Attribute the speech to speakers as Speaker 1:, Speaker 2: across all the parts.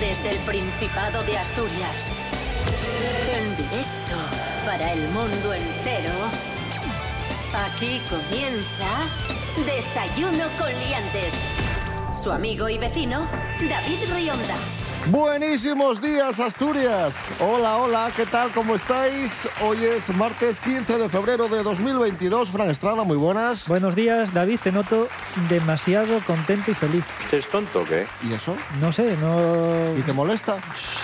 Speaker 1: Desde el Principado de Asturias. En directo para el mundo entero. Aquí comienza Desayuno con Liantes. Su amigo y vecino, David Rionda.
Speaker 2: Buenísimos días, Asturias. Hola, hola, ¿qué tal? ¿Cómo estáis? Hoy es martes 15 de febrero de 2022. Fran Estrada, muy buenas.
Speaker 3: Buenos días, David. Te noto demasiado contento y feliz.
Speaker 4: ¿Es tonto o qué?
Speaker 2: ¿Y eso?
Speaker 3: No sé, no.
Speaker 2: ¿Y te molesta?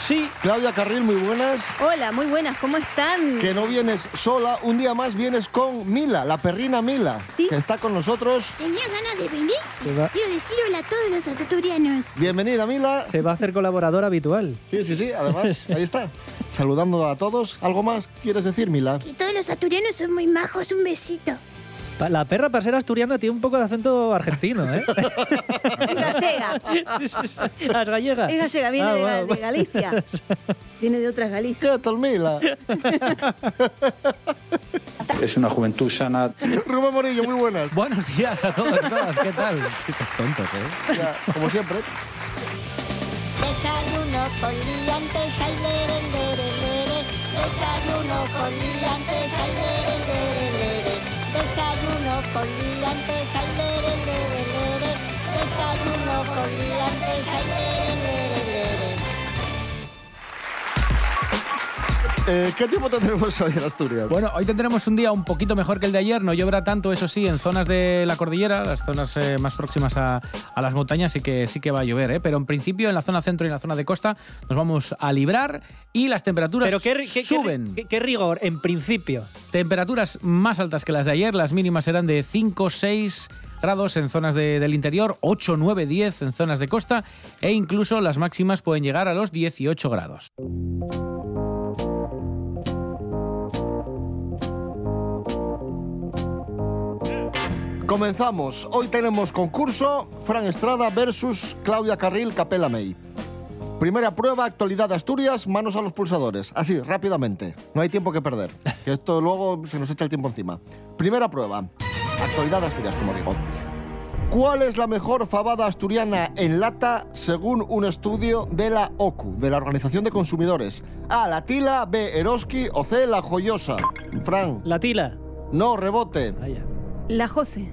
Speaker 3: Sí.
Speaker 2: Claudia Carril, muy buenas.
Speaker 5: Hola, muy buenas, ¿cómo están?
Speaker 2: Que no vienes sola, un día más vienes con Mila, la perrina Mila,
Speaker 5: Sí.
Speaker 2: que está con nosotros.
Speaker 6: Tenía ganas de venir.
Speaker 3: Se va,
Speaker 6: Quiero decir hola a todos los asturianos.
Speaker 2: Bienvenida, Mila.
Speaker 3: se va a hacer colaborador habitual.
Speaker 2: Sí, sí, sí, además, ahí está. Saludando a todos. ¿Algo más quieres decir, Mila?
Speaker 6: Que todos los asturianos son muy majos. Un besito.
Speaker 3: Pa- La perra, para ser asturiana, tiene un poco de acento argentino, ¿eh?
Speaker 5: Es gallega.
Speaker 3: Sí, sí, sí. Las gallegas.
Speaker 5: Es gallega, viene
Speaker 3: Ah,
Speaker 5: de, Ga-
Speaker 3: bueno,
Speaker 5: de Galicia. Viene de otras Galicias.
Speaker 2: ¿Qué tal, Mila?
Speaker 7: Es una juventud sana.
Speaker 2: Rubén Morillo, muy buenas.
Speaker 3: Buenos días a todos y todas, ¿qué tal?
Speaker 2: Ya, como siempre.
Speaker 6: Desayuno con liantes al lere, lere, lere. Desayuno con liantes al lere, lere, lere. Desayuno con liantes al lere, lere, lere. Desayuno con liantes al lere, lere, lere.
Speaker 2: Eh, ¿Qué tiempo tendremos hoy en Asturias?
Speaker 8: Bueno, hoy tendremos un día un poquito mejor que el de ayer, no lloverá tanto, eso sí, en zonas de la cordillera, las zonas eh, más próximas a, a las montañas sí que, sí que va a llover, ¿eh? pero en principio en la zona centro y en la zona de costa nos vamos a librar y las temperaturas
Speaker 3: Pero qué, ri- qué- qué-
Speaker 8: suben.
Speaker 3: qué- qué rigor, en principio.
Speaker 8: Temperaturas más altas que las de ayer, las mínimas serán de 5, 6 grados en zonas de- del interior, 8, 9, 10 en zonas de costa e incluso las máximas pueden llegar a los 18 grados.
Speaker 2: Comenzamos. Hoy tenemos concurso Fran Estrada versus Claudia Carril Capela May. Primera prueba, actualidad de Asturias, manos a los pulsadores. Así, rápidamente. No hay tiempo que perder. Que esto luego se nos echa el tiempo encima. Primera prueba, actualidad de Asturias, como digo. ¿Cuál es la mejor fabada asturiana en lata según un estudio de la OCU, de la Organización de Consumidores? A. La Tila, B. Eroski o C. La Joyosa. Fran,
Speaker 3: La tila.
Speaker 2: no, rebote.
Speaker 3: Vaya.
Speaker 5: La Jose,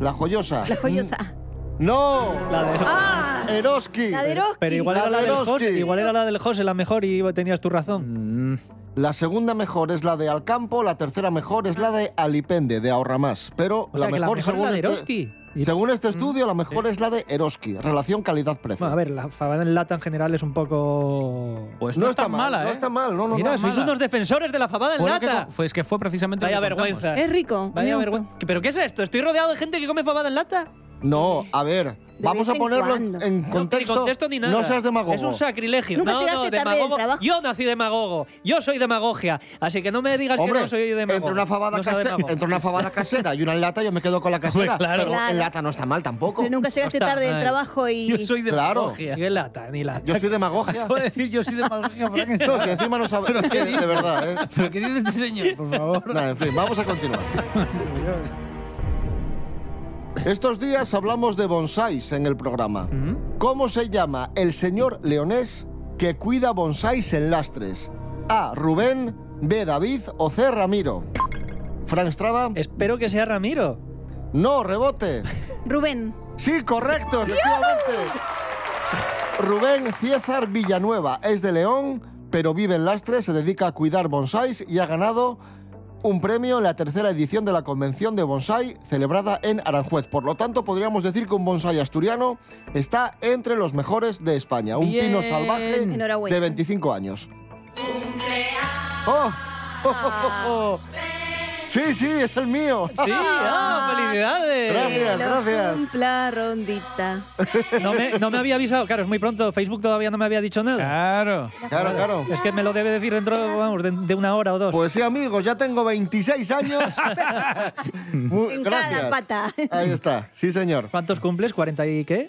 Speaker 2: La Joyosa. Mm.
Speaker 5: la joyosa.
Speaker 2: ¡No!
Speaker 3: La de-
Speaker 5: ¡Ah!
Speaker 2: Eroski.
Speaker 5: La de Eroski.
Speaker 3: Pero igual
Speaker 2: La
Speaker 3: era la
Speaker 2: de
Speaker 3: del
Speaker 2: Eroski.
Speaker 3: José, igual era la del José la mejor y tenías tu razón.
Speaker 8: Mm,
Speaker 2: La segunda mejor es la de Alcampo, la tercera mejor es la de Alipende, de Ahorramás. Pero
Speaker 3: O
Speaker 2: la,
Speaker 3: sea, que
Speaker 2: mejor,
Speaker 3: la mejor
Speaker 2: según,
Speaker 3: era la de
Speaker 2: este,
Speaker 3: Eroski. Y- Mm.
Speaker 2: según este estudio, la mejor es la de Eroski, relación calidad-precio.
Speaker 3: Bueno, a ver, la fabada en lata en general es un poco...
Speaker 8: pues no, es tan mala,
Speaker 2: no
Speaker 8: ¿eh?
Speaker 2: está mal, no, no,
Speaker 3: Mira,
Speaker 2: no.
Speaker 3: sois
Speaker 8: mala.
Speaker 3: unos defensores de la fabada en
Speaker 8: Fue lo que
Speaker 3: lata.
Speaker 8: co- fue- es que fue precisamente... lo
Speaker 3: Vaya
Speaker 8: que contamos.
Speaker 3: vergüenza.
Speaker 5: Es rico.
Speaker 3: Vaya
Speaker 5: me gusta.
Speaker 3: vergüenza. ¿Pero qué es esto? ¿Estoy rodeado de gente que come fabada en lata?
Speaker 2: No, a ver, vamos
Speaker 5: vez
Speaker 2: a
Speaker 5: en
Speaker 2: ponerlo en,
Speaker 5: cuando.
Speaker 2: en
Speaker 3: No,
Speaker 2: contexto.
Speaker 3: ni contexto ni nada.
Speaker 2: No seas demagogo.
Speaker 3: Es un sacrilegio.
Speaker 5: Nunca
Speaker 3: no,
Speaker 5: llegaste
Speaker 3: no,
Speaker 5: tarde del
Speaker 3: demagogo.
Speaker 5: trabajo.
Speaker 3: Yo nací demagogo. Yo soy demagogia. Así que no me digas
Speaker 2: Hombre,
Speaker 3: que no soy demagogo.
Speaker 2: entre una, fabada
Speaker 3: no seas
Speaker 2: case-
Speaker 3: demagogo.
Speaker 2: entre una fabada casera y una en lata, yo me quedo con la casera.
Speaker 8: claro.
Speaker 2: Pero en
Speaker 5: Claro.
Speaker 2: lata no está mal tampoco.
Speaker 5: Pero nunca llegaste
Speaker 3: No está
Speaker 5: tarde del
Speaker 3: mal.
Speaker 5: trabajo y.
Speaker 8: Yo soy de
Speaker 2: Claro.
Speaker 3: Ni lata, ni lata.
Speaker 2: Yo soy demagogia.
Speaker 8: Acabo de decir yo soy de Magogia
Speaker 2: No, si encima no sabes. Es que, de verdad, ¿eh?
Speaker 8: ¿Pero qué dice este señor, por favor?
Speaker 2: Nada, en fin, vamos a continuar. Estos días hablamos de bonsáis en el programa. ¿Cómo se llama el señor leonés que cuida bonsáis en Lastres? A. Rubén, B. David o C. Ramiro. Fran Estrada.
Speaker 3: Espero que sea Ramiro.
Speaker 2: No, rebote.
Speaker 5: Rubén.
Speaker 2: Sí, correcto, efectivamente. Rubén Ciezar Villanueva es de León, pero vive en Lastres, se dedica a cuidar bonsáis y ha ganado un premio en la tercera edición de la convención de bonsái celebrada en Aranjuez. Por lo tanto, podríamos decir que un bonsái asturiano está entre los mejores de España. Un
Speaker 8: Bien.
Speaker 2: pino salvaje
Speaker 5: Enhorabuena.
Speaker 2: de 25 años. ¡Oh! Sí, sí, es el mío.
Speaker 3: Sí, ah, felicidades.
Speaker 2: Gracias,
Speaker 5: Que lo
Speaker 2: gracias.
Speaker 5: cumpla, rondita.
Speaker 3: No me, no me había avisado. Claro, es muy pronto. Facebook todavía no me había dicho nada.
Speaker 2: Ah.
Speaker 8: Claro.
Speaker 2: Claro, claro.
Speaker 3: Es que me lo debe decir dentro vamos, de, de una hora o dos.
Speaker 2: Pues sí, amigos, ya tengo 26 años. Mu-
Speaker 5: En
Speaker 2: gracias.
Speaker 5: cada pata.
Speaker 2: Ahí está, sí, señor.
Speaker 3: ¿Cuántos cumples? ¿40 y qué?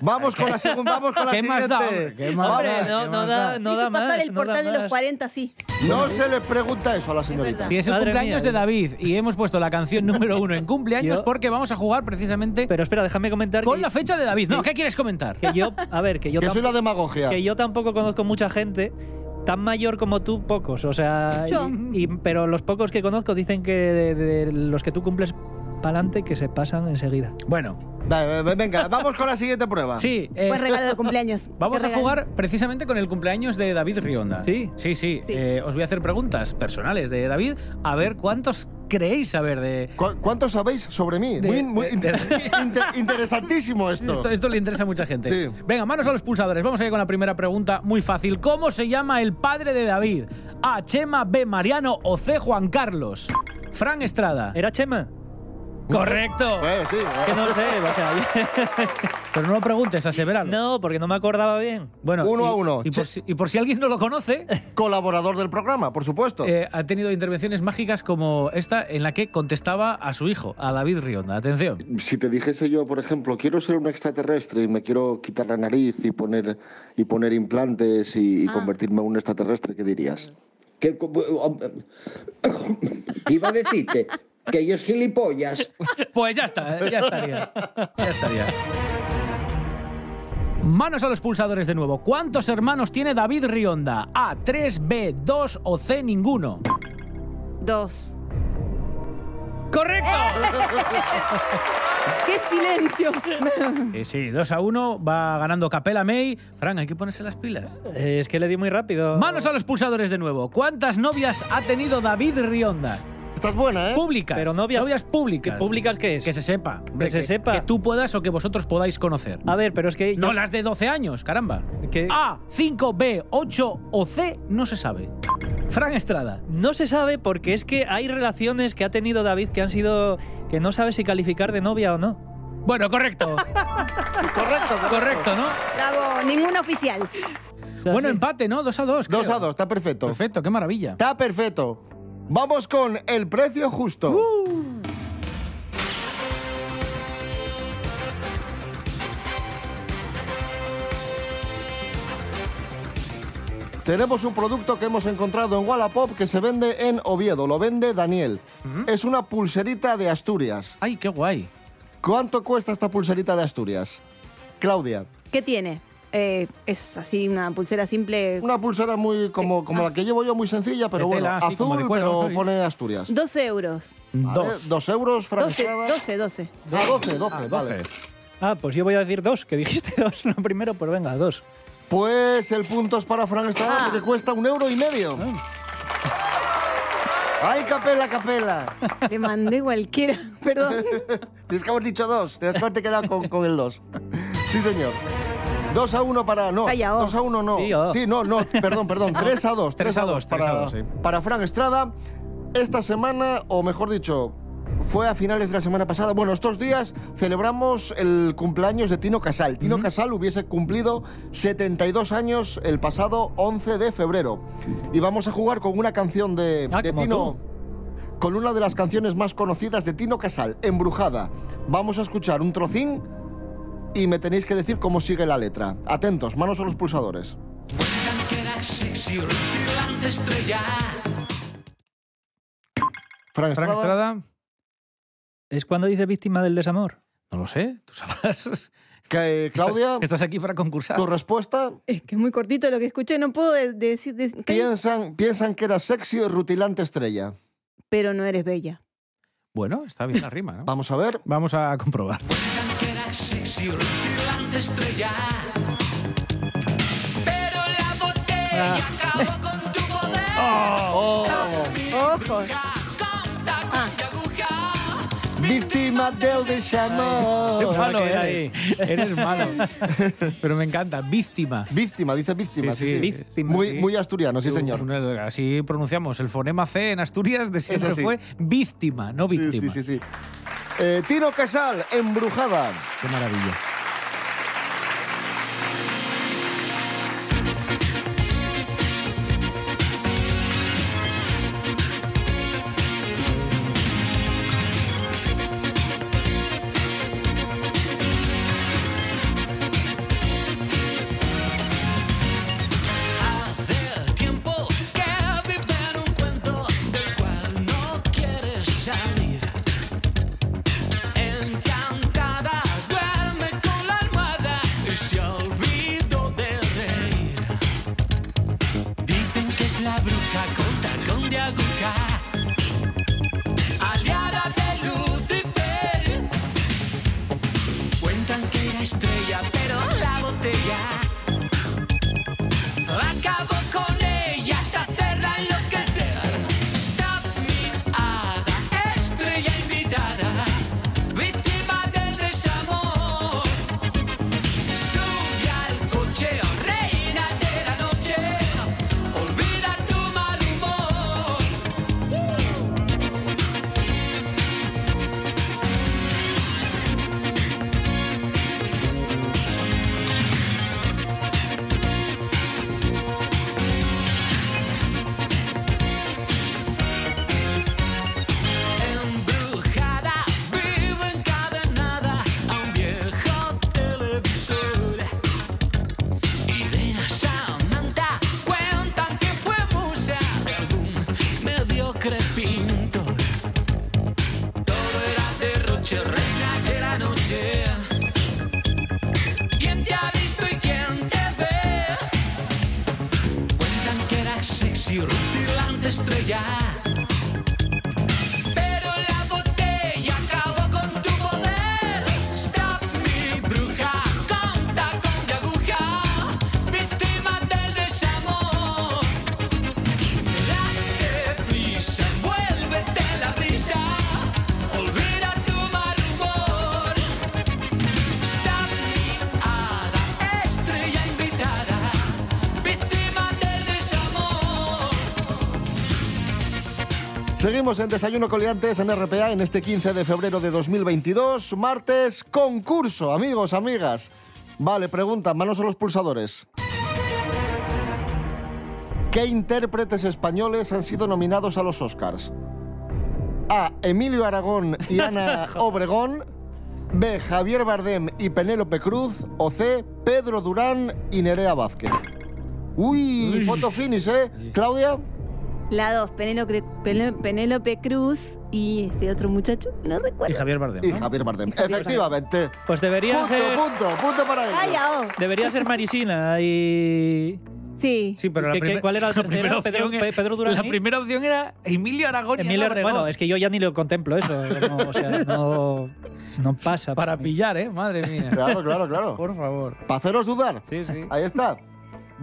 Speaker 2: Vamos con la, segun- vamos con la
Speaker 8: ¿Qué más da,
Speaker 2: siguiente.
Speaker 8: hombre? ¿Qué más
Speaker 2: Vamos.
Speaker 3: Hombre, no,
Speaker 8: ¿qué
Speaker 3: no
Speaker 8: más
Speaker 3: da,
Speaker 8: da?
Speaker 3: no
Speaker 5: Quiso
Speaker 3: da más.
Speaker 5: pasar el
Speaker 3: no da
Speaker 5: portal de los
Speaker 3: más.
Speaker 5: 40, sí.
Speaker 2: No se le pregunta eso a la señorita.
Speaker 5: verdad.
Speaker 8: Y es el
Speaker 9: Madre
Speaker 8: cumpleaños
Speaker 9: mía.
Speaker 8: de David y hemos puesto la canción número uno en cumpleaños
Speaker 9: Yo-
Speaker 8: porque vamos a jugar precisamente
Speaker 9: Pero espera, déjame comentar
Speaker 8: con
Speaker 9: que,
Speaker 8: la fecha de David. No, ¿qué quieres comentar?
Speaker 9: que yo, a ver, que yo,
Speaker 2: Que
Speaker 9: tam-
Speaker 2: soy la demagogia.
Speaker 9: que yo tampoco conozco mucha gente tan mayor como tú, pocos, o sea,
Speaker 5: Yo.
Speaker 9: y- y- pero los pocos que conozco dicen que de, de los que tú cumples pa'lante que se pasan enseguida.
Speaker 8: Bueno,
Speaker 2: Vale, ve- ve- venga, vamos con la siguiente
Speaker 9: Ah.
Speaker 2: prueba.
Speaker 8: sí. eh,
Speaker 5: Buen regalo de cumpleaños.
Speaker 8: Vamos
Speaker 5: Qué
Speaker 8: a
Speaker 5: regalo.
Speaker 8: jugar precisamente con el cumpleaños de David Rionda.
Speaker 9: ¿Sí?
Speaker 8: sí, sí.
Speaker 5: Sí.
Speaker 8: Eh, os voy a hacer preguntas personales de David a ver cuántos creéis saber de.
Speaker 2: ¿Cu- ¿Cuánto sabéis sobre mí?
Speaker 8: De-
Speaker 2: muy muy
Speaker 8: de-
Speaker 2: inter- inter- interesantísimo esto.
Speaker 8: Esto, esto le interesa a mucha gente.
Speaker 2: Sí.
Speaker 8: Venga, manos a los pulsadores. Vamos allá con la primera pregunta, muy fácil. ¿Cómo se llama el padre de David? A. Chema, B. Mariano o C. Juan Carlos. Fran Estrada.
Speaker 9: ¿Era Chema?
Speaker 8: Correcto.
Speaker 2: Bueno, Eh, sí,
Speaker 9: Que no sé, o sea,
Speaker 8: Pero no lo preguntes, aseveralo.
Speaker 9: no, porque no me acordaba bien.
Speaker 8: Bueno,
Speaker 2: Uno
Speaker 8: y-
Speaker 2: a uno.
Speaker 8: Y por, si, y por si alguien no lo conoce,
Speaker 2: Colaborador del programa, por supuesto.
Speaker 8: eh, ha tenido intervenciones mágicas como esta en la que contestaba a su hijo, a David Rionda. Atención.
Speaker 10: si te dijese yo, por ejemplo, quiero ser un extraterrestre y me quiero quitar la nariz y poner, y poner implantes y, y
Speaker 5: Ah.
Speaker 10: convertirme en un extraterrestre, ¿qué dirías?
Speaker 4: que como- o- oh, iba a decirte que yo gilipollas
Speaker 8: Pues ya está, eh, ya estaría. Ya estaría. Manos a los pulsadores de nuevo. ¿Cuántos hermanos tiene David Rionda? A, 3, B, 2 o C, ninguno.
Speaker 5: Dos.
Speaker 8: ¡Correcto!
Speaker 5: ¡Qué silencio!
Speaker 8: Y Eh, sí, 2 a 1, va ganando Capela May. Frank, hay que ponerse las pilas.
Speaker 9: Eh, Es que le di muy rápido.
Speaker 8: Manos a los pulsadores de nuevo. ¿Cuántas novias ha tenido David Rionda?
Speaker 2: Estás buena, ¿eh?
Speaker 8: Públicas.
Speaker 9: Pero novias-
Speaker 8: públicas.
Speaker 9: ¿Qué- públicas qué es?
Speaker 8: Que se sepa. hombre,
Speaker 9: Que se sepa.
Speaker 8: Que tú puedas o que vosotros podáis conocer.
Speaker 9: A ver, pero es que...
Speaker 8: No Ah.
Speaker 9: yo-
Speaker 8: las de 12 años, caramba.
Speaker 9: que-
Speaker 8: A, 5, B, 8 o C, no se sabe. Fran Estrada.
Speaker 9: No se sabe porque es que hay relaciones que ha tenido David que han sido... que no sabe si calificar de novia o no.
Speaker 8: Bueno, correcto.
Speaker 2: Correcto,
Speaker 8: correcto, ¿no?
Speaker 5: Bravo, ninguna oficial.
Speaker 9: O sea,
Speaker 8: Bueno,
Speaker 9: sí.
Speaker 8: empate, ¿no? 2 a 2.
Speaker 2: Dos a dos, está perfecto.
Speaker 8: Perfecto, qué maravilla.
Speaker 2: Está perfecto. Vamos con el precio justo.
Speaker 8: Uh.
Speaker 2: Tenemos un producto que hemos encontrado en Wallapop que se vende en Oviedo. Lo vende Daniel. Es una pulserita de Asturias.
Speaker 8: Ay, qué guay.
Speaker 2: ¿Cuánto cuesta esta pulserita de Asturias? Claudia,
Speaker 5: ¿Qué tiene? Eh, es así una pulsera simple.
Speaker 2: una pulsera muy como, como la que llevo yo, muy sencilla, pero
Speaker 8: Eh, ah. De
Speaker 2: bueno,
Speaker 8: tela, así, como de
Speaker 2: azul,
Speaker 8: cuero,
Speaker 2: pero
Speaker 8: sí.
Speaker 2: pone Asturias.
Speaker 5: 12 euros.
Speaker 2: Vale,
Speaker 8: Dos.
Speaker 2: dos euros,
Speaker 5: 12,
Speaker 2: franqueadas.
Speaker 5: 12, 12.
Speaker 2: Ah, 12, 12, vale.
Speaker 9: Ah, pues yo voy a decir dos, que dijiste dos no primero, pues venga, dos.
Speaker 2: Pues el punto es para Fran Estrada
Speaker 5: Ah.
Speaker 2: porque cuesta un euro y medio.
Speaker 8: Ah.
Speaker 2: ¡Ay, capela, capela!
Speaker 5: Le mandé cualquiera, perdón.
Speaker 2: Tienes que haber dicho dos, tienes que haberte quedado con, con el dos. Sí, señor. Dos a uno para... No,
Speaker 5: Calla, oh.
Speaker 2: dos a uno no.
Speaker 9: Sí, oh.
Speaker 2: Sí, no, no, perdón, perdón. Tres a dos,
Speaker 8: Tres
Speaker 2: tres
Speaker 8: a
Speaker 2: a dos
Speaker 8: dos, tres a
Speaker 2: para,
Speaker 8: dos, sí.
Speaker 2: para Fran Estrada. Esta semana, o mejor dicho, fue a finales de la semana pasada. Bueno, estos días celebramos el cumpleaños de Tino Casal. Tino Casal hubiese cumplido 72 años el pasado 11 de febrero. Y vamos a jugar con una canción de,
Speaker 9: Ah,
Speaker 2: de
Speaker 9: como
Speaker 2: Tino. Con una de las canciones más conocidas de Tino Casal, Embrujada. Vamos a escuchar un trocín y me tenéis que decir cómo sigue la letra. Atentos, manos a los pulsadores. Frank
Speaker 8: Fran
Speaker 2: Estrada.
Speaker 8: Estrada.
Speaker 9: Es cuando dice víctima del desamor.
Speaker 8: No lo sé, tú sabrás.
Speaker 2: que, eh, Claudia,
Speaker 8: Estás aquí para concursar.
Speaker 2: tu respuesta.
Speaker 5: Es que es muy cortito lo que escuché, no puedo de- decir. de- ¿qué?
Speaker 2: Piensan, piensan que era sexy o rutilante estrella.
Speaker 5: Pero no eres bella.
Speaker 8: Bueno, está bien la rima, ¿no?
Speaker 2: Vamos a ver.
Speaker 8: Vamos a comprobar.
Speaker 5: Ojo.
Speaker 2: Víctima del
Speaker 8: Qué
Speaker 2: desamor.
Speaker 8: malo
Speaker 9: que
Speaker 8: eres. Eres malo. Pero me encanta. Víctima.
Speaker 2: Víctima, dice víctima.
Speaker 8: Sí,
Speaker 2: sí,
Speaker 8: sí,
Speaker 2: sí.
Speaker 9: víctima,
Speaker 2: Muy,
Speaker 9: sí.
Speaker 2: muy asturiano, sí, señor.
Speaker 8: Una- Así pronunciamos. El fonema C en Asturias de siempre
Speaker 2: así.
Speaker 8: fue víctima, no
Speaker 2: Sí, sí,
Speaker 8: víctima.
Speaker 2: sí, sí. Eh, Tino Casal, embrujada.
Speaker 8: Qué maravilla.
Speaker 11: Hace tiempo que vive
Speaker 5: era estrella, pero la botella acabó con ella hasta hacerla enloquecer. Stop me, hada, estrella invitada, víctima del desamor. Sube al coche, oh, reina de la noche, olvida tu mal humor. Embrujada, vivo encadenada a un viejo televisor. Ideas a manta cuentan que fue musa de algún mediocre pintor. Todo era derroche, reina de la noche. ¿Quién te ha visto y quién te ve? Cuentan que era sexy, rutilante estrella. Pero la botella acabó con tu poder. Stop mi bruja, con tacón de aguja, víctima del desamor. Date prisa, vuélvete la brisa, olvida tu mal humor. Stop mi hada, estrella invitada, víctima del desamor.
Speaker 2: Seguimos en Desayuno con Liantes en RPA en este 15 de febrero de 2022, martes, concurso, amigos, amigas. Vale, pregunta, manos a los pulsadores. ¿Qué intérpretes españoles han sido nominados a los Oscars? A. Emilio Aragón y Ana Obregón. B. Javier Bardem y Penélope Cruz. O C. Pedro Durán y Nerea Vázquez. Uy, foto finish, ¿eh? Claudia.
Speaker 12: La dos, Penélope, Penélope- Penélope Cruz y este otro muchacho, no
Speaker 8: Y
Speaker 12: recuerdo.
Speaker 8: Javier Bardem.
Speaker 2: Y
Speaker 8: ¿no?
Speaker 2: Javier Bardem.
Speaker 12: Y Javier Bardem.
Speaker 2: Efectivamente.
Speaker 3: Pues debería
Speaker 2: Punto,
Speaker 3: ser,
Speaker 2: punto, punto para él.
Speaker 12: Calla, oh.
Speaker 3: debería ser Marisina y...
Speaker 12: Sí.
Speaker 8: Sí, pero la
Speaker 3: ¿Qué- qué-
Speaker 8: primer-
Speaker 3: cuál era la tercera?
Speaker 13: primera
Speaker 3: Pedro-
Speaker 13: opción
Speaker 3: Pe-
Speaker 13: era-
Speaker 3: Pedro Durán,
Speaker 9: ¿eh?
Speaker 13: La
Speaker 3: ¿sí?
Speaker 13: primera opción era Emilio Aragón y
Speaker 3: Emilio
Speaker 13: Ana Obregón.
Speaker 3: bueno, es que yo ya ni lo contemplo
Speaker 9: eh,
Speaker 3: eso. No, o sea, no, no pasa.
Speaker 8: Para
Speaker 3: mí.
Speaker 8: pillar, ¿eh? Madre mía.
Speaker 2: Claro, claro, claro.
Speaker 8: Por favor.
Speaker 2: Para haceros dudar.
Speaker 8: Sí, sí.
Speaker 2: Ahí está.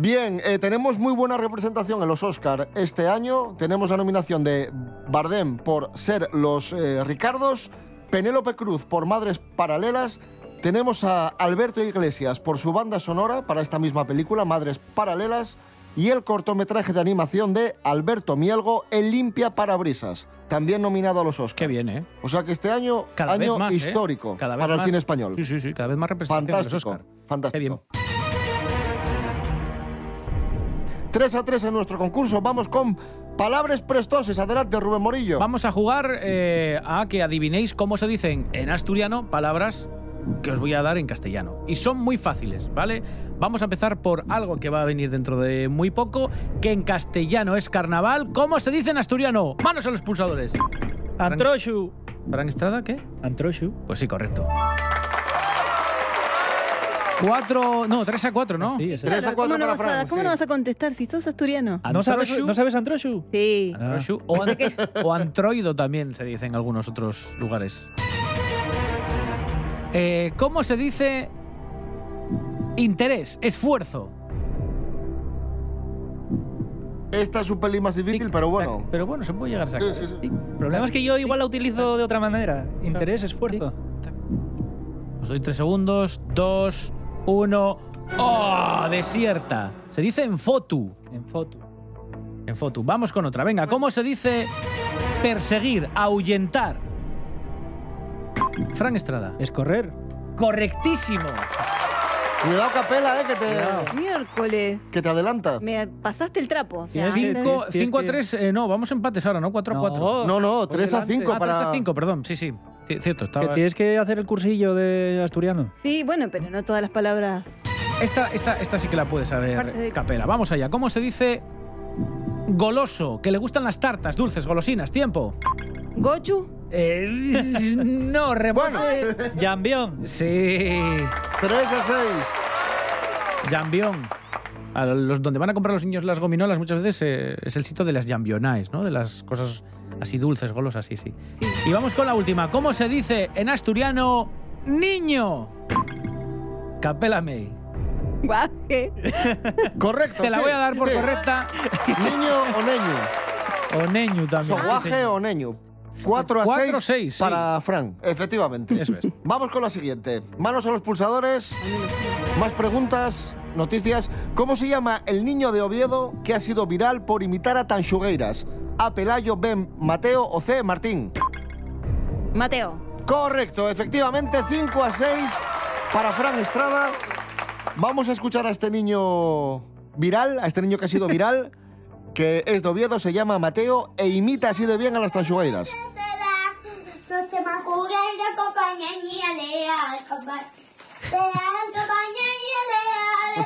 Speaker 2: Bien, eh, tenemos muy buena representación en los Oscar este año. Tenemos la nominación de Bardem por ser los eh, Ricardos, Penélope Cruz por Madres Paralelas, tenemos a Alberto Iglesias por su banda sonora para esta misma película, Madres Paralelas, y el cortometraje de animación de Alberto Mielgo, El limpia parabrisas, también nominado a los Oscar.
Speaker 8: Qué bien, ¿eh?
Speaker 2: O sea que este año,
Speaker 8: Cada
Speaker 2: año
Speaker 8: vez más, ¿eh?
Speaker 2: histórico
Speaker 8: Cada vez
Speaker 2: para el
Speaker 8: más.
Speaker 2: cine español.
Speaker 8: Sí, sí, sí. Cada vez más representación en los
Speaker 2: Fantástico,
Speaker 8: Óscar. Qué bien.
Speaker 2: fantástico. 3 a 3 en nuestro concurso. Vamos con palabras prestoses. Adelante, Rubén Morillo.
Speaker 8: Vamos a jugar eh, a que adivinéis cómo se dicen en asturiano palabras que os voy a dar en castellano. Y son muy fáciles, ¿vale? Vamos a empezar por algo que va a venir dentro de muy poco, que en castellano es carnaval. ¿Cómo se dice en asturiano? Manos a los pulsadores.
Speaker 3: Antroshu.
Speaker 8: ¿Fran Estrada qué?
Speaker 3: Antroshu.
Speaker 8: Pues sí, correcto. Cuatro, no, tres a cuatro, ¿no?
Speaker 3: Sí, ese.
Speaker 2: Tres a
Speaker 12: Claro,
Speaker 2: cuatro
Speaker 12: ¿cómo, no
Speaker 2: para
Speaker 12: vas a,
Speaker 2: Fran,
Speaker 12: ¿Cómo
Speaker 2: sí. Ah.
Speaker 12: no vas a contestar si sos asturiano?
Speaker 3: ¿No sabes,
Speaker 8: Antroshu.
Speaker 3: ¿No sabes Antroshu?
Speaker 12: Sí.
Speaker 8: Antroshu o, an- o antroido también se dice en algunos otros lugares. Eh, ¿Cómo se dice interés, esfuerzo?
Speaker 2: Esta es un pelín más difícil,
Speaker 8: Tic,
Speaker 2: pero
Speaker 8: tac,
Speaker 2: bueno.
Speaker 8: Pero bueno, se puede llegar a sacar.
Speaker 2: Sí, sí, sí.
Speaker 8: Tic,
Speaker 3: El problema es que yo igual la utilizo de otra manera. Interés, esfuerzo.
Speaker 8: Os doy tres segundos, dos, uno. ¡Oh! Desierta. Se dice en fotu.
Speaker 3: En foto.
Speaker 8: En fotu. Vamos con otra. Venga, ¿cómo se dice perseguir, ahuyentar? Fran Estrada.
Speaker 3: Es correr.
Speaker 8: Correctísimo.
Speaker 2: Cuidado, Capela, eh, que, te,
Speaker 12: Miércoles.
Speaker 2: que te adelanta.
Speaker 12: Me pasaste el trapo. O sea,
Speaker 3: Tienes que-
Speaker 12: ¿entendés?
Speaker 3: tienes- tienes
Speaker 8: 5 a
Speaker 3: que-
Speaker 8: 3, no, vamos empates ahora, ¿no? 4 a 4.
Speaker 2: No, no,
Speaker 3: Por
Speaker 2: 3 a
Speaker 3: delante.
Speaker 2: 5
Speaker 8: ah, 3
Speaker 2: para.
Speaker 8: a 5, perdón, sí, sí. C- Cierto,
Speaker 3: Que
Speaker 8: estaba...
Speaker 3: tienes que hacer el cursillo de asturiano.
Speaker 12: Sí, bueno, pero no todas las palabras.
Speaker 8: Esta, esta, esta sí que la puedes saber,
Speaker 12: Parte de-
Speaker 8: Capela. Vamos allá. ¿Cómo se dice goloso? Que le gustan las tartas, dulces, golosinas, tiempo.
Speaker 12: Gochu,
Speaker 8: Eh, no, rebote.
Speaker 2: Bueno,
Speaker 3: Jambión.
Speaker 8: Sí.
Speaker 2: 3 a 6.
Speaker 8: Jambión. A los donde van a comprar los niños las gominolas muchas veces eh, es el sitio de las jambionaes, ¿no? De las cosas así dulces, golosas, sí, sí.
Speaker 12: Sí.
Speaker 8: Y vamos con la última. ¿Cómo se dice en asturiano niño? Capela May.
Speaker 5: Guaje.
Speaker 2: Correcto.
Speaker 8: Te la
Speaker 2: sí,
Speaker 8: voy a dar por
Speaker 2: sí.
Speaker 8: correcta.
Speaker 2: Niño o neño.
Speaker 8: O Neñu también. Ah, sí,
Speaker 2: Soguaje
Speaker 8: señor.
Speaker 2: o neño. 4 a
Speaker 8: Cuatro
Speaker 2: 6,
Speaker 8: a seis, sí.
Speaker 2: para Fran, efectivamente.
Speaker 8: Eso es.
Speaker 2: Vamos con la siguiente. Manos a los pulsadores, más preguntas, noticias. ¿Cómo se llama el niño de Oviedo que ha sido viral por imitar a Tanchugueiras? A Pelayo, B, Mateo o C, Martín.
Speaker 5: Mateo.
Speaker 2: Correcto, efectivamente, 5 a 6 para Fran Estrada. Vamos a escuchar a este niño viral, a este niño que ha sido viral, que es de Oviedo, se llama Mateo e imita así de bien a las Tanchugueiras.
Speaker 6: Noche más juguera, compañía y leal, compañía. compañía y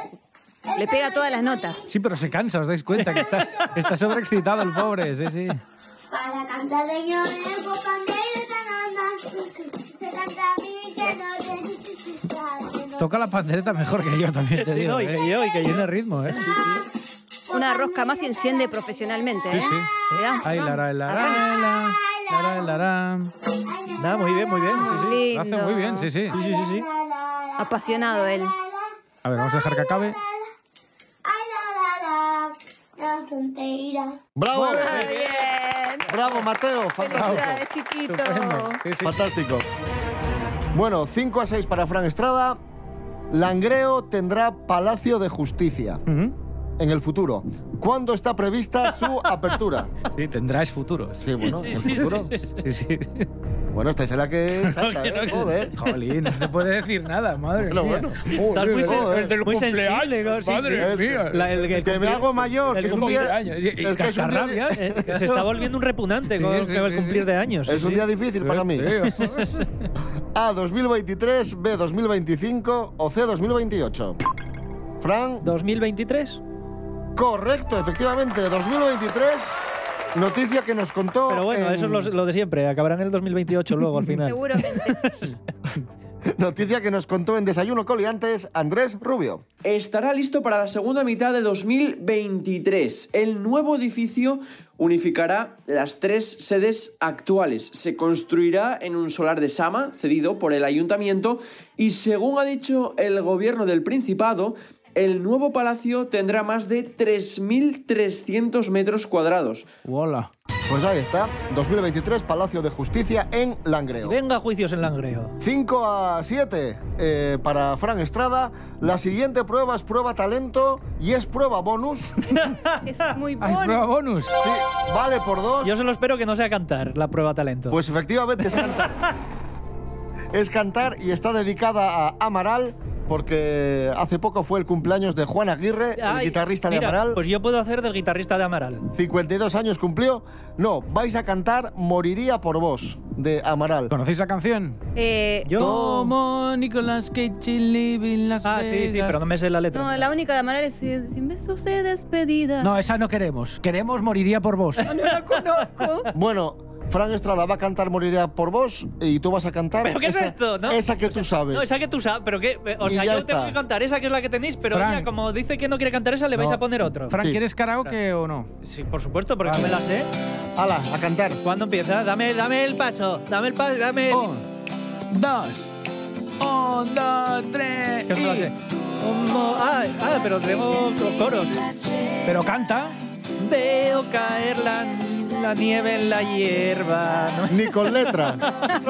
Speaker 6: leal.
Speaker 5: Le pega todas las notas.
Speaker 8: Sí, pero se cansa, os dais cuenta que está, está sobreexcitado el pobre, sí, sí.
Speaker 6: Para cantar de yo en compañía tan andante. Se canta a mí que no te necesitas.
Speaker 8: Toca la pandereta mejor que yo también, te
Speaker 3: Sí,
Speaker 8: digo.
Speaker 3: no, y-
Speaker 8: ¿eh?
Speaker 3: y- y que llene
Speaker 8: ritmo, ¿eh?
Speaker 5: Una rosca más y enciende profesionalmente.
Speaker 8: Sí,
Speaker 5: ¿eh?
Speaker 8: sí.
Speaker 5: Le da-
Speaker 8: Ay, la, la, la, la, la, la, la, la.
Speaker 3: Nada, muy bien, muy bien. Sí, sí.
Speaker 8: Lo hace
Speaker 5: Lindo.
Speaker 8: muy bien, sí, sí.
Speaker 3: Sí, sí, sí, sí.
Speaker 5: Apasionado él.
Speaker 8: A ver, vamos a dejar que acabe.
Speaker 6: Ay, la, la, la, la frontera.
Speaker 2: ¡Bravo!
Speaker 5: Muy bien.
Speaker 2: ¡Bravo, Mateo! ¡Fantástico!
Speaker 5: Felicidades, chiquito.
Speaker 8: Estupendo. Sí, sí.
Speaker 2: Fantástico. Bueno, 5 a 6 para Fran Estrada. Langreo tendrá Palacio de Justicia
Speaker 8: Ujú.
Speaker 2: en el futuro. ¿Cuándo está prevista su apertura?
Speaker 8: Sí, tendrás futuros.
Speaker 2: Sí, bueno, en el
Speaker 3: sí,
Speaker 2: futuro.
Speaker 3: sí, sí.
Speaker 8: Sí, sí.
Speaker 2: Bueno, esta es la que salta,
Speaker 3: que no,
Speaker 2: ¿eh?
Speaker 3: que-
Speaker 2: Joder.
Speaker 8: Jolín, no se puede decir nada, madre
Speaker 2: Bueno,
Speaker 8: mía.
Speaker 2: bueno.
Speaker 3: Estás muy, sen-
Speaker 2: joder.
Speaker 3: el del
Speaker 8: Muy sensible,
Speaker 3: cumpleaños. sí, sí.
Speaker 8: madre mía.
Speaker 3: La- el que
Speaker 2: Este, Que me
Speaker 3: cumplió-
Speaker 2: hago mayor,
Speaker 3: el
Speaker 2: que es un día...
Speaker 8: cumpleaños. Y- y
Speaker 2: es que es un día-
Speaker 8: cascarrabias,
Speaker 3: Eh, que se está volviendo un repugnante
Speaker 8: Sí,
Speaker 3: con
Speaker 8: sí,
Speaker 3: que va a
Speaker 8: sí,
Speaker 3: cumplir
Speaker 8: sí.
Speaker 3: de años.
Speaker 2: Es
Speaker 3: sí,
Speaker 2: un
Speaker 3: sí.
Speaker 2: día difícil para mí. A 2023, B 2025 o C 2028. Fran,
Speaker 3: 2023.
Speaker 2: correcto, efectivamente, 2023. Noticia que nos contó.
Speaker 3: Pero bueno,
Speaker 2: en-
Speaker 3: eso es lo, lo de siempre. Acabarán el 2028 luego, al final.
Speaker 5: Seguramente.
Speaker 2: Noticia que nos contó en Desayuno Coliantes Andrés Rubio.
Speaker 7: estará listo para la segunda mitad de 2023. El nuevo edificio unificará las tres sedes actuales. Se construirá en un solar de Sama, cedido por el ayuntamiento, y según ha dicho el gobierno del Principado, el nuevo palacio tendrá más de 3.300 metros cuadrados.
Speaker 8: Hola.
Speaker 2: Pues ahí está, 2023, Palacio de Justicia en
Speaker 3: Y
Speaker 2: Langreo.
Speaker 3: venga juicios en Langreo.
Speaker 2: 5 a 7 eh, para Fran Estrada. La siguiente prueba es prueba talento y es prueba bonus.
Speaker 5: Es muy
Speaker 8: Ay, prueba
Speaker 5: bueno.
Speaker 8: bonus.
Speaker 2: Sí, vale por dos.
Speaker 3: Yo solo espero que no sea cantar la prueba talento.
Speaker 2: Pues efectivamente es cantar. es cantar y está dedicada a Amaral porque hace poco fue el cumpleaños de Juan Aguirre, el
Speaker 3: Ay,
Speaker 2: guitarrista de
Speaker 3: mira,
Speaker 2: Amaral.
Speaker 3: Pues yo puedo hacer del guitarrista de Amaral.
Speaker 2: 52 años cumplió. No, vais a cantar Moriría por vos de Amaral.
Speaker 8: ¿Conocéis la canción?
Speaker 5: Eh,
Speaker 3: Yo.
Speaker 8: Como Nicolas Cage live in Las
Speaker 3: Ah, sí, sí,
Speaker 8: Vegas.
Speaker 3: pero no me sé la letra.
Speaker 5: no, la única de Amaral es eh, sin besos de despedida.
Speaker 8: No, esa no queremos. Queremos moriría por vos.
Speaker 5: no la conozco.
Speaker 2: Bueno, Fran Estrada va a cantar Moriría por vos y tú vas a cantar.
Speaker 3: ¿Pero qué es
Speaker 2: esa,
Speaker 3: esto? No.
Speaker 2: Esa que tú sabes.
Speaker 3: No, esa que tú sabes, pero que. eh, O
Speaker 2: Y
Speaker 3: sea,
Speaker 2: ya
Speaker 3: yo tengo
Speaker 2: está.
Speaker 3: que cantar esa que es la que tenéis, pero
Speaker 8: Fran.
Speaker 3: mira, como dice que no quiere cantar esa, le vais
Speaker 8: No.
Speaker 3: a poner otro.
Speaker 8: Fran,
Speaker 2: Sí.
Speaker 8: ¿quieres karaoke o no?
Speaker 3: Sí, por supuesto, porque
Speaker 8: Vale.
Speaker 3: no me la sé.
Speaker 2: Hala, a cantar.
Speaker 3: ¿Cuándo empieza? Dame, dame el paso, dame el paso, dame. el-
Speaker 8: Un, Eh, dos, un, dos, tres.
Speaker 3: Que no me la
Speaker 8: y-
Speaker 3: sé. Un mo- ah, ah, pero tenemos coros.
Speaker 8: Pero canta.
Speaker 3: Veo caer la, la nieve en la hierba. ¿no?
Speaker 2: Ni con letra.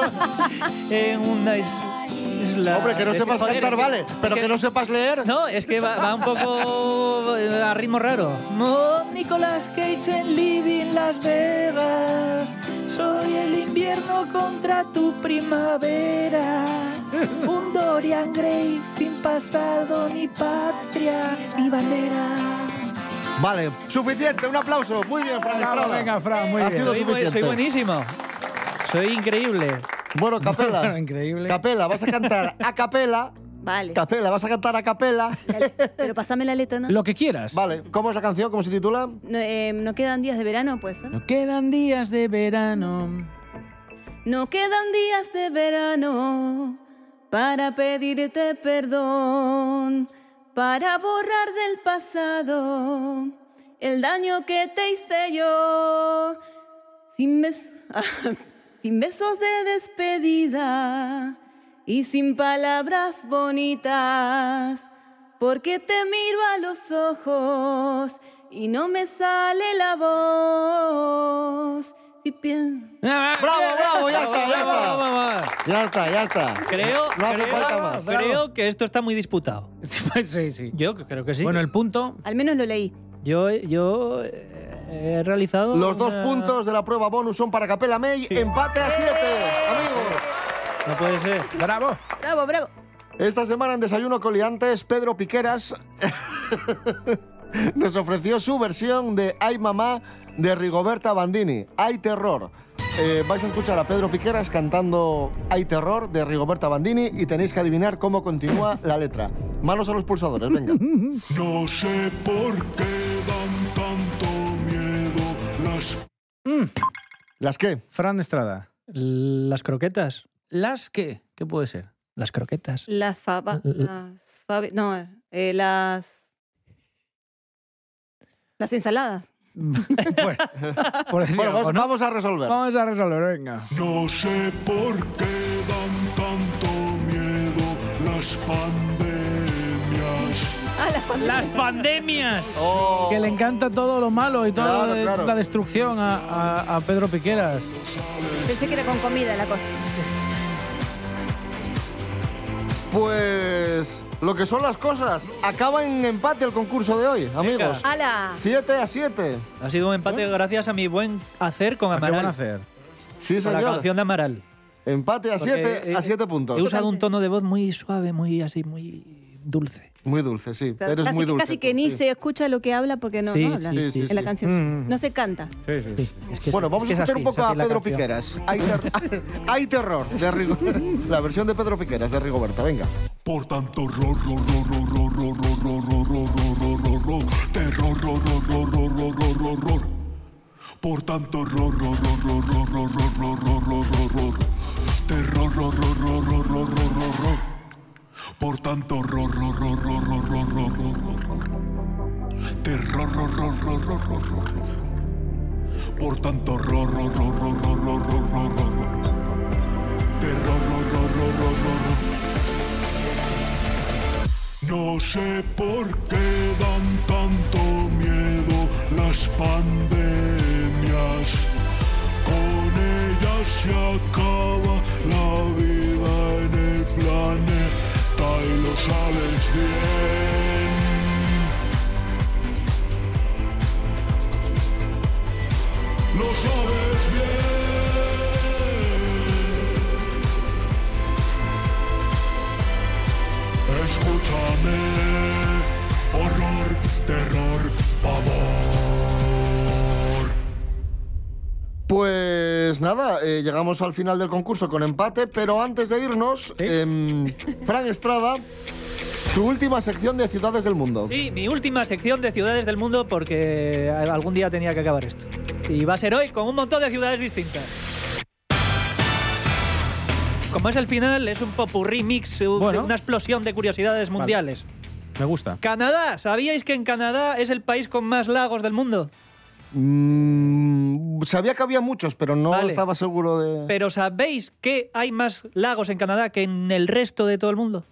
Speaker 3: en una isla.
Speaker 2: Hombre, que no
Speaker 3: Es-
Speaker 2: sepas
Speaker 3: joder,
Speaker 2: cantar,
Speaker 3: es que-
Speaker 2: vale.
Speaker 3: es
Speaker 2: Pero que no sepas leer.
Speaker 3: No, es que va, va un poco eh, a ritmo raro. Mo- Nicolas Cage en Living Las Vegas. Soy el invierno contra tu primavera. Un Dorian Gray sin pasado, ni patria, ni bandera.
Speaker 2: Vale, suficiente, un aplauso. Muy bien, Fran Estrada.
Speaker 8: venga, Fran, muy
Speaker 2: Ha
Speaker 8: bien.
Speaker 2: sido
Speaker 3: Soy, bu-
Speaker 2: suficiente.
Speaker 3: soy buenísimo. Soy increíble.
Speaker 2: Bueno, Capela.
Speaker 8: Increíble.
Speaker 2: Capela, vas a cantar a capela.
Speaker 5: Vale.
Speaker 2: Capela, vas a cantar a capela.
Speaker 5: Pero pasame la letra, ¿no?
Speaker 8: Lo que quieras.
Speaker 2: Vale, ¿cómo es la canción? ¿Cómo se titula?
Speaker 5: No, eh, ¿no quedan días de verano, pues. ¿eh?
Speaker 8: No quedan días de verano.
Speaker 5: No quedan días de verano para pedirte perdón, para borrar del pasado el daño que te hice yo. Sin, bes- sin besos de despedida, y sin palabras bonitas, porque te miro a los ojos y no me sale la voz. Si pien-
Speaker 2: Bravo, bravo, ya está, ya
Speaker 3: Bravo,
Speaker 2: está. Ya está, ya está.
Speaker 3: Creo,
Speaker 2: no hace
Speaker 3: creo-
Speaker 2: falta más.
Speaker 3: creo que esto está muy disputado.
Speaker 8: sí, sí.
Speaker 3: Yo creo que sí.
Speaker 8: Bueno, el punto.
Speaker 5: Al menos lo leí.
Speaker 3: Yo, yo eh, he realizado.
Speaker 2: Los dos
Speaker 3: una-
Speaker 2: puntos de la prueba bonus son para Capela May. Empate a
Speaker 3: ¡Eh!
Speaker 2: siete, amigos.
Speaker 3: No puede ser.
Speaker 8: Bravo.
Speaker 5: Bravo, bravo.
Speaker 2: Esta semana en Desayuno Coliantes, Pedro Piqueras nos ofreció su versión de Ay Mamá de Rigoberta Bandini, Hay Terror. Eh, vais a escuchar a Pedro Piqueras cantando Hay Terror de Rigoberta Bandini y tenéis que adivinar cómo continúa la letra. Manos a los pulsadores, venga.
Speaker 14: No sé por qué dan tanto miedo las...
Speaker 2: ¿Las qué?
Speaker 8: Fran Estrada.
Speaker 3: Las croquetas.
Speaker 8: ¿Las qué? ¿Qué puede ser?
Speaker 3: Las croquetas.
Speaker 5: Las faba,
Speaker 2: Mm,
Speaker 3: L-
Speaker 5: las fabe- no, eh, las las ensaladas.
Speaker 8: Pues, Por decir
Speaker 2: Bueno,
Speaker 8: algo,
Speaker 2: vamos,
Speaker 8: ¿no?
Speaker 2: vamos a resolver.
Speaker 8: Vamos a resolver, venga.
Speaker 14: No sé por qué dan tanto miedo las pandemias.
Speaker 5: Ah,
Speaker 3: Las pandemias.
Speaker 8: Que le encanta todo lo malo y toda
Speaker 2: Claro,
Speaker 8: la,
Speaker 2: claro.
Speaker 8: la destrucción a, a- a Pedro Piqueras.
Speaker 5: Pensé que era con comida la cosa.
Speaker 2: Pues lo que son las cosas. Acaba en empate el concurso de hoy, amigos.
Speaker 5: ¡Hala!
Speaker 2: 7 a 7.
Speaker 3: Ha sido un empate gracias a mi buen hacer con Amaral.
Speaker 8: van a hacer?
Speaker 2: Sí,
Speaker 3: Con la
Speaker 2: señor.
Speaker 3: canción de Amaral.
Speaker 2: Empate a
Speaker 3: Porque
Speaker 2: 7
Speaker 3: he-
Speaker 2: a 7 puntos.
Speaker 3: He usado un tono de voz muy suave, muy así, muy dulce.
Speaker 2: Muy dulce, sí.
Speaker 5: O sea,
Speaker 2: Eres
Speaker 5: casi,
Speaker 2: muy dulce.
Speaker 5: casi que ni se escucha lo que habla porque no,
Speaker 2: Sí,
Speaker 5: no habla
Speaker 2: sí, sí,
Speaker 5: en
Speaker 2: sí.
Speaker 5: la canción.
Speaker 2: Mm.
Speaker 5: No se canta.
Speaker 2: Bueno, vamos a
Speaker 3: es
Speaker 2: escuchar
Speaker 3: así,
Speaker 2: un
Speaker 3: es
Speaker 2: poco
Speaker 3: así
Speaker 2: a
Speaker 3: la
Speaker 2: Pedro
Speaker 3: canción.
Speaker 2: Piqueras. Hay, ter- hay terror. De Rigo- la versión de Pedro Piqueras, de Rigoberta. Venga.
Speaker 14: Por tanto, ro, ro, ro, ro, ro, ro, ro, ro, ro, ro, ro, ro, ro, ro, terror, ro, ro, ro, ro, ro, ro, ro, ro. Por tanto, ro, ro, ro, ro, ro, ro, ro, ro, ro, ro, ro, ro, ro. Terror, ro, ro, ro, ro, ro, ro, ro, ro, ro. Por tanto, ro, ro, ro, ro, ro, ro, ro, ro, ro, ro. Terror, ro, ro, ro, ro, ro, ro, ro. Por tanto, ro, ro, ro, ro, ro, ro, ro, ro, ro, ro. Terror, ro, ro, ro, ro, ro, ro. No sé por qué dan tanto miedo las pandemias. Con ellas se acaba la vida en el planeta y lo sabes bien. Lo sabes bien. Escúchame, horror, terror, pavor.
Speaker 2: Pues nada, eh, llegamos al final del concurso con empate, pero antes de irnos, em, Fran Estrada, tu última sección de Ciudades del Mundo.
Speaker 3: Sí, mi última sección de ciudades del mundo porque algún día tenía que acabar esto. Y va a ser hoy con un montón de ciudades distintas. Como es el final, es un popurrí mix, un-
Speaker 8: Bueno.
Speaker 3: una explosión de curiosidades mundiales.
Speaker 8: Me gusta.
Speaker 3: Canadá, ¿sabíais que en Canadá es el país con más lagos del mundo?
Speaker 2: Mm, sabía que había muchos, pero no
Speaker 3: Vale.
Speaker 2: estaba seguro de...
Speaker 3: Pero ¿sabéis que hay más lagos en Canadá que en el resto de todo el mundo?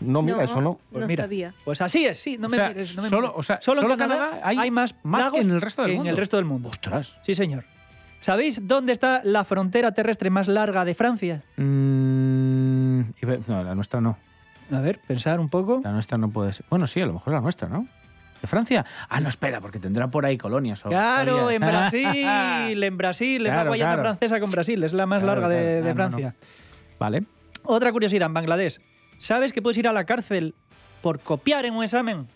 Speaker 2: No, Oh, mira, eso no.
Speaker 3: Pues mira, Pues así es, sí, no
Speaker 8: O
Speaker 3: me
Speaker 8: sea,
Speaker 3: mires, no me
Speaker 8: solo-
Speaker 3: mires.
Speaker 8: o sea, solo en Canadá hay
Speaker 3: más,
Speaker 8: más que
Speaker 3: lagos
Speaker 8: en el resto del
Speaker 3: que
Speaker 8: mundo.
Speaker 3: En el resto del mundo.
Speaker 8: Ostras.
Speaker 3: Sí, señor. ¿Sabéis dónde está la frontera terrestre más larga de Francia?
Speaker 8: Mm, y ve- no, la nuestra no.
Speaker 3: A ver, pensar un poco.
Speaker 8: La nuestra no puede ser. Bueno, sí, a lo mejor la nuestra, ¿no? ¿De Francia? Ah, no, espera, porque tendrá por ahí colonias. o
Speaker 3: Claro,
Speaker 8: historias.
Speaker 3: en Brasil, en Brasil, es
Speaker 8: Claro,
Speaker 3: la Guayana
Speaker 8: claro.
Speaker 3: francesa con Brasil, es la más
Speaker 8: Claro,
Speaker 3: larga de,
Speaker 8: claro.
Speaker 3: de
Speaker 8: Ah, no,
Speaker 3: Francia.
Speaker 8: no. Vale.
Speaker 3: Otra curiosidad, en Bangladesh, ¿sabes que puedes ir a la cárcel por copiar en un examen?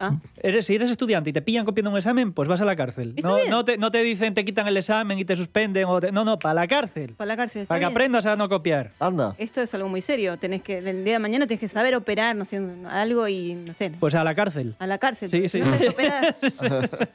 Speaker 5: Ah.
Speaker 3: Eres, si eres estudiante y te pillan copiando un examen, pues vas a la cárcel.
Speaker 5: Está
Speaker 3: No,
Speaker 5: bien.
Speaker 3: no, te, no te dicen, te quitan el examen y te suspenden. O te- no, no, para la cárcel.
Speaker 5: Para la cárcel. está
Speaker 3: Para que
Speaker 5: bien.
Speaker 3: aprendas a no copiar.
Speaker 2: Anda.
Speaker 5: Esto es algo muy serio. Tenés que, el día de mañana tenés que saber operar, no sé, un- algo y no sé.
Speaker 3: Pues a la cárcel.
Speaker 5: A la cárcel.
Speaker 3: Sí,
Speaker 5: porque
Speaker 3: sí.
Speaker 5: si no sabes operar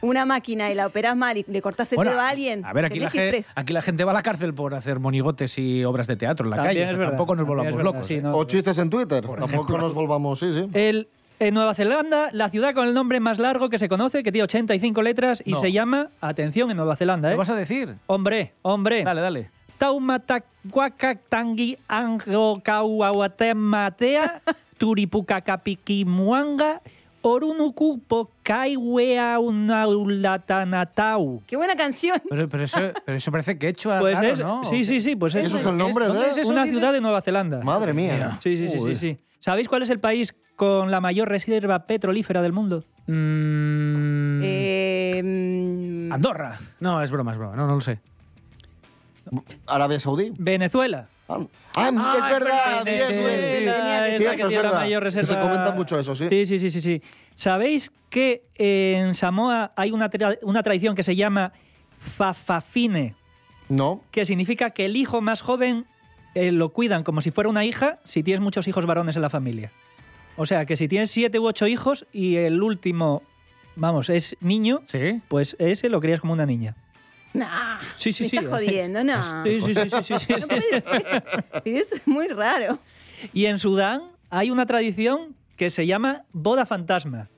Speaker 5: una máquina y la operás mal y le cortás el
Speaker 8: Bueno,
Speaker 5: dedo a alguien.
Speaker 8: A ver,
Speaker 5: te
Speaker 8: aquí la,
Speaker 5: metes
Speaker 8: gente,
Speaker 5: preso.
Speaker 8: aquí la gente va a la cárcel por hacer monigotes y obras de teatro en la
Speaker 3: También
Speaker 8: calle. o
Speaker 3: es
Speaker 8: sea,
Speaker 3: verdad,
Speaker 8: tampoco nos
Speaker 3: también es
Speaker 8: volvamos
Speaker 3: verdad,
Speaker 8: locos.
Speaker 3: sí,
Speaker 8: ¿eh?
Speaker 3: no.
Speaker 2: O chistes en Twitter. Tampoco nos volvamos, sí, sí.
Speaker 3: El, en Nueva Zelanda, la ciudad con el nombre más largo que se conoce, que tiene 85 letras y
Speaker 8: No.
Speaker 3: se llama, atención en Nueva Zelanda, ¿eh?
Speaker 8: ¿Lo vas a decir?
Speaker 3: Hombre, hombre.
Speaker 8: Dale, dale.
Speaker 3: Taumatacuacactangui Angocauauatematea Turipucacapiquimuanga Orunucupo Caiweaunaulatanatau.
Speaker 5: ¡Qué buena canción!
Speaker 8: Pero, pero eso, pero eso parece que hecho a
Speaker 3: Pues
Speaker 8: raro,
Speaker 3: es,
Speaker 8: Ah, ¿no?
Speaker 3: sí, sí, sí, pues
Speaker 2: ¿Eso es el nombre
Speaker 3: ¿Dónde
Speaker 2: de-
Speaker 3: es eso? una
Speaker 2: ¿Dónde
Speaker 3: ciudad de Nueva Zelanda.
Speaker 2: Madre mía.
Speaker 3: Sí, sí, sí, sí,
Speaker 2: Joder.
Speaker 3: sí. ¿Sabéis cuál es el país con la mayor reserva petrolífera del mundo?
Speaker 5: Eh, mm,
Speaker 3: Ah.
Speaker 8: Andorra. Mm. No, es broma, es broma. No, no lo sé.
Speaker 2: Arabia Saudí.
Speaker 3: Venezuela.
Speaker 2: Ah, ah, es verdad, bien, bien, sí.
Speaker 3: Venezuela es la que
Speaker 2: Cierto, es
Speaker 3: tiene la
Speaker 2: verdad.
Speaker 3: mayor
Speaker 2: Que Se
Speaker 3: reserva.
Speaker 2: comenta mucho eso, sí.
Speaker 3: Sí, sí, sí, sí. sí. ¿Sabéis que en Samoa hay una, tra- una tradición que se llama fafafine?
Speaker 2: No.
Speaker 3: Que significa que el hijo más joven eh, lo cuidan como si fuera una hija si tienes muchos hijos varones en la familia. O sea, que si tienes siete u ocho hijos y el último, vamos, es niño, pues ese lo crías como una niña.
Speaker 5: nah,
Speaker 3: Sí, sí,
Speaker 5: me
Speaker 3: sí.
Speaker 5: estás jodiendo, no.
Speaker 3: Ah, Sí, sí, sí, sí, sí, sí, sí.
Speaker 5: Es muy raro.
Speaker 3: Y en Sudán hay una tradición que se llama boda fantasma.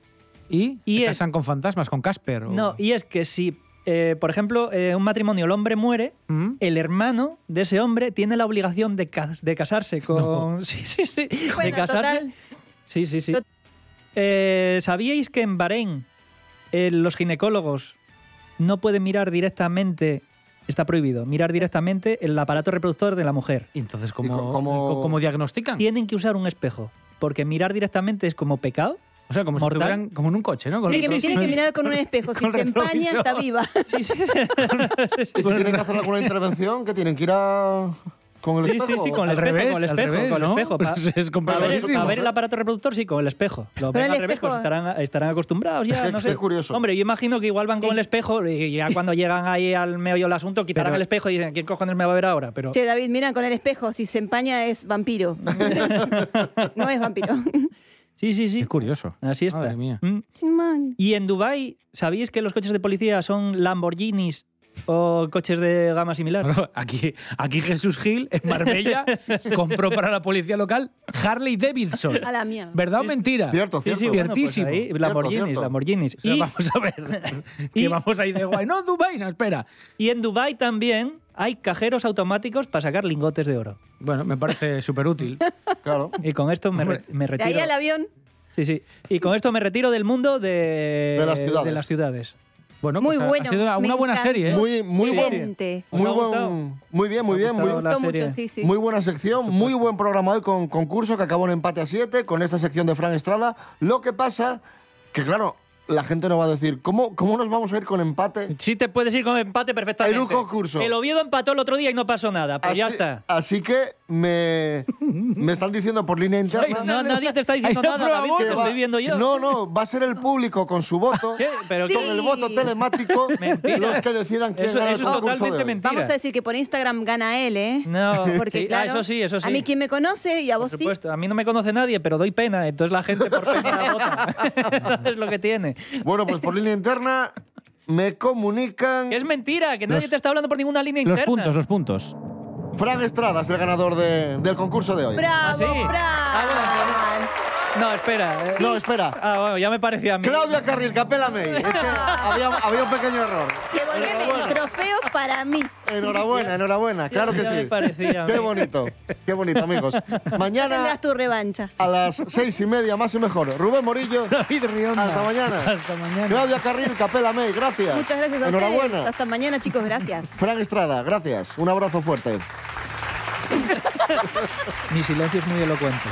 Speaker 8: ¿Y?
Speaker 3: Y
Speaker 8: ¿Se
Speaker 3: es-
Speaker 8: casan con fantasmas, con Casper? o-
Speaker 3: No, y es que si, eh, por ejemplo, eh, un matrimonio el hombre muere,
Speaker 8: ¿Mm?
Speaker 3: el hermano de ese hombre tiene la obligación de, ca- de casarse con. Sí, sí, sí. de
Speaker 5: Bueno,
Speaker 3: casarse.
Speaker 5: total.
Speaker 3: Sí, sí, sí. Eh, ¿Sabíais que en Bahrein eh, los ginecólogos no pueden mirar directamente. Está prohibido mirar directamente el aparato reproductor de la mujer.
Speaker 8: ¿Y entonces cómo,
Speaker 3: co-
Speaker 8: cómo... diagnostican?
Speaker 3: Tienen que usar un espejo, porque mirar directamente es como pecado.
Speaker 8: O sea, como si
Speaker 3: mortal.
Speaker 8: tuvieran- como en un coche, ¿no? Con-
Speaker 5: Tiene que,
Speaker 8: con-
Speaker 5: tiene que mirar con un espejo. Si
Speaker 8: con
Speaker 5: se empaña,
Speaker 8: retrovisor.
Speaker 5: está viva.
Speaker 2: ¿Y si pues tienen que hacer alguna intervención? que tienen que ir a... con el
Speaker 3: Sí, sí,
Speaker 2: espejo?
Speaker 3: sí, con el
Speaker 8: Al
Speaker 3: espejo,
Speaker 8: revés,
Speaker 3: con el
Speaker 8: al
Speaker 3: espejo,
Speaker 8: revés,
Speaker 3: con el
Speaker 8: ¿no?
Speaker 3: espejo.
Speaker 8: Pues es
Speaker 3: a, ver,
Speaker 8: complicadísimo,
Speaker 3: a ver
Speaker 8: ¿eh?
Speaker 3: el aparato reproductor, sí, con el espejo. Lo
Speaker 5: Con
Speaker 3: ven
Speaker 5: el
Speaker 3: al revés, pues
Speaker 5: espejo.
Speaker 3: estarán, estarán acostumbrados ya,
Speaker 2: Qué-
Speaker 3: no
Speaker 2: qué
Speaker 3: sé.
Speaker 2: curioso.
Speaker 3: Hombre, yo imagino que igual van con el espejo y ya cuando llegan ahí al meollo del asunto quitarán
Speaker 8: Pero-
Speaker 3: el espejo y dicen, ¿quién cojones me va a ver ahora? Pero
Speaker 5: Che, David, mira con el espejo. Si se empaña, es vampiro. no es vampiro.
Speaker 3: sí, sí, sí,
Speaker 8: Es curioso.
Speaker 3: así está.
Speaker 8: Madre mía.
Speaker 3: Mm.
Speaker 5: Man.
Speaker 3: Y en Dubai ¿sabéis que los coches de policía son Lamborghinis o coches de gama similar?
Speaker 8: Claro, Aquí, aquí Jesús Gil, en Marbella, compró para la policía local Harley Davidson.
Speaker 5: A la mierda.
Speaker 8: ¿Verdad o mentira?
Speaker 2: Cierto,
Speaker 3: Sí,
Speaker 2: cierto.
Speaker 3: sí, bueno, pues
Speaker 8: Ciertísimo.
Speaker 3: ahí,
Speaker 8: Cierto,
Speaker 3: Lamborghinis,
Speaker 2: cierto.
Speaker 3: Lamborghinis.
Speaker 8: O sea,
Speaker 3: Y-
Speaker 8: Vamos a ver. que vamos ahí de guay. No, Dubai, no, espera.
Speaker 3: Y en Dubai también hay cajeros automáticos para sacar lingotes de oro.
Speaker 8: Bueno, me parece súper útil.
Speaker 2: Claro.
Speaker 3: Y con esto me, re- me
Speaker 5: De
Speaker 3: retiro.
Speaker 5: ahí al avión.
Speaker 3: Sí, sí. Y con esto me retiro del mundo de,
Speaker 2: De las ciudades.
Speaker 3: de las ciudades.
Speaker 8: Bueno,
Speaker 5: Muy
Speaker 8: pues ha-
Speaker 5: bueno.
Speaker 8: ha sido una,
Speaker 5: me
Speaker 8: una buena
Speaker 5: encantó.
Speaker 8: serie, ¿eh?
Speaker 2: Muy- muy buen-
Speaker 5: Excelente.
Speaker 3: ¿Os
Speaker 2: Muy,
Speaker 3: ha gustado?
Speaker 2: buen, muy bien, muy
Speaker 3: ¿Os ha
Speaker 2: bien. Muy,
Speaker 3: gustado la
Speaker 5: Gustó
Speaker 3: serie?
Speaker 5: mucho, sí, sí.
Speaker 2: muy buena sección, muy buen programa hoy con concurso que acabó en empate a 7 con esta sección de Fran Estrada. Lo que pasa que, claro, la gente nos va a decir, ¿cómo, cómo nos vamos a ir con empate?
Speaker 3: pues, Sí te puedes ir con empate perfectamente.
Speaker 2: En un concurso.
Speaker 3: El Oviedo empató el otro día y no pasó nada. Pues ya está.
Speaker 2: así que me, me están diciendo por línea interna...
Speaker 3: No, nadie te está diciendo
Speaker 8: Hay una
Speaker 3: nada,
Speaker 8: prueba
Speaker 3: David,
Speaker 8: voz.
Speaker 3: te
Speaker 2: que
Speaker 3: lo
Speaker 2: va-
Speaker 3: estoy viendo yo.
Speaker 2: No, no, va a ser el público con su voto,
Speaker 3: ¿Qué? Pero
Speaker 5: Sí.
Speaker 2: con el voto telemático,
Speaker 3: Mentira.
Speaker 2: los que decidan quién
Speaker 3: Eso,
Speaker 2: gana el
Speaker 3: eso es
Speaker 2: concurso de
Speaker 3: totalmente
Speaker 2: hoy.
Speaker 3: mentira.
Speaker 5: Vamos a decir que por Instagram gana él, ¿eh?
Speaker 3: No,
Speaker 5: Porque
Speaker 3: sí, ah,
Speaker 5: claro,
Speaker 3: eso sí, eso sí.
Speaker 5: a mí quien me conoce y a
Speaker 3: Por
Speaker 5: vos sí.
Speaker 3: supuesto, a mí no me conoce nadie, pero doy pena, entonces la gente por pena vota. es lo que tiene.
Speaker 2: Bueno, pues por línea interna me comunican...
Speaker 3: Que es mentira, que nadie
Speaker 8: Los-
Speaker 3: te está hablando por ninguna línea
Speaker 8: Los
Speaker 3: interna.
Speaker 8: puntos, los puntos.
Speaker 2: Fran Estrada es el ganador de- del concurso de hoy.
Speaker 3: ¿Ah, sí?
Speaker 5: ¡Bravo, bravo!
Speaker 3: Ah, No, espera. eh.
Speaker 2: No, espera.
Speaker 3: Ah, bueno, ya me parecía a mí.
Speaker 2: Claudia Carril, Capela May. Es que había, había un pequeño error.
Speaker 5: Devolveme el trofeo para mí.
Speaker 2: Enhorabuena, enhorabuena, claro que
Speaker 3: ya me
Speaker 2: sí.
Speaker 3: parecía a mí.
Speaker 2: Qué bonito, qué bonito, amigos. Mañana
Speaker 5: Tengas tu revancha.
Speaker 2: a las seis y media, más y mejor. Rubén Morillo,
Speaker 8: David Rionda.
Speaker 2: hasta mañana.
Speaker 8: Hasta mañana.
Speaker 2: Claudia Carril, Capela May, gracias.
Speaker 5: Muchas gracias a ustedes.
Speaker 2: Enhorabuena.
Speaker 5: Hasta mañana, chicos. Gracias.
Speaker 2: Fran Estrada, gracias. Un abrazo fuerte.
Speaker 3: Mi silencio es muy elocuente.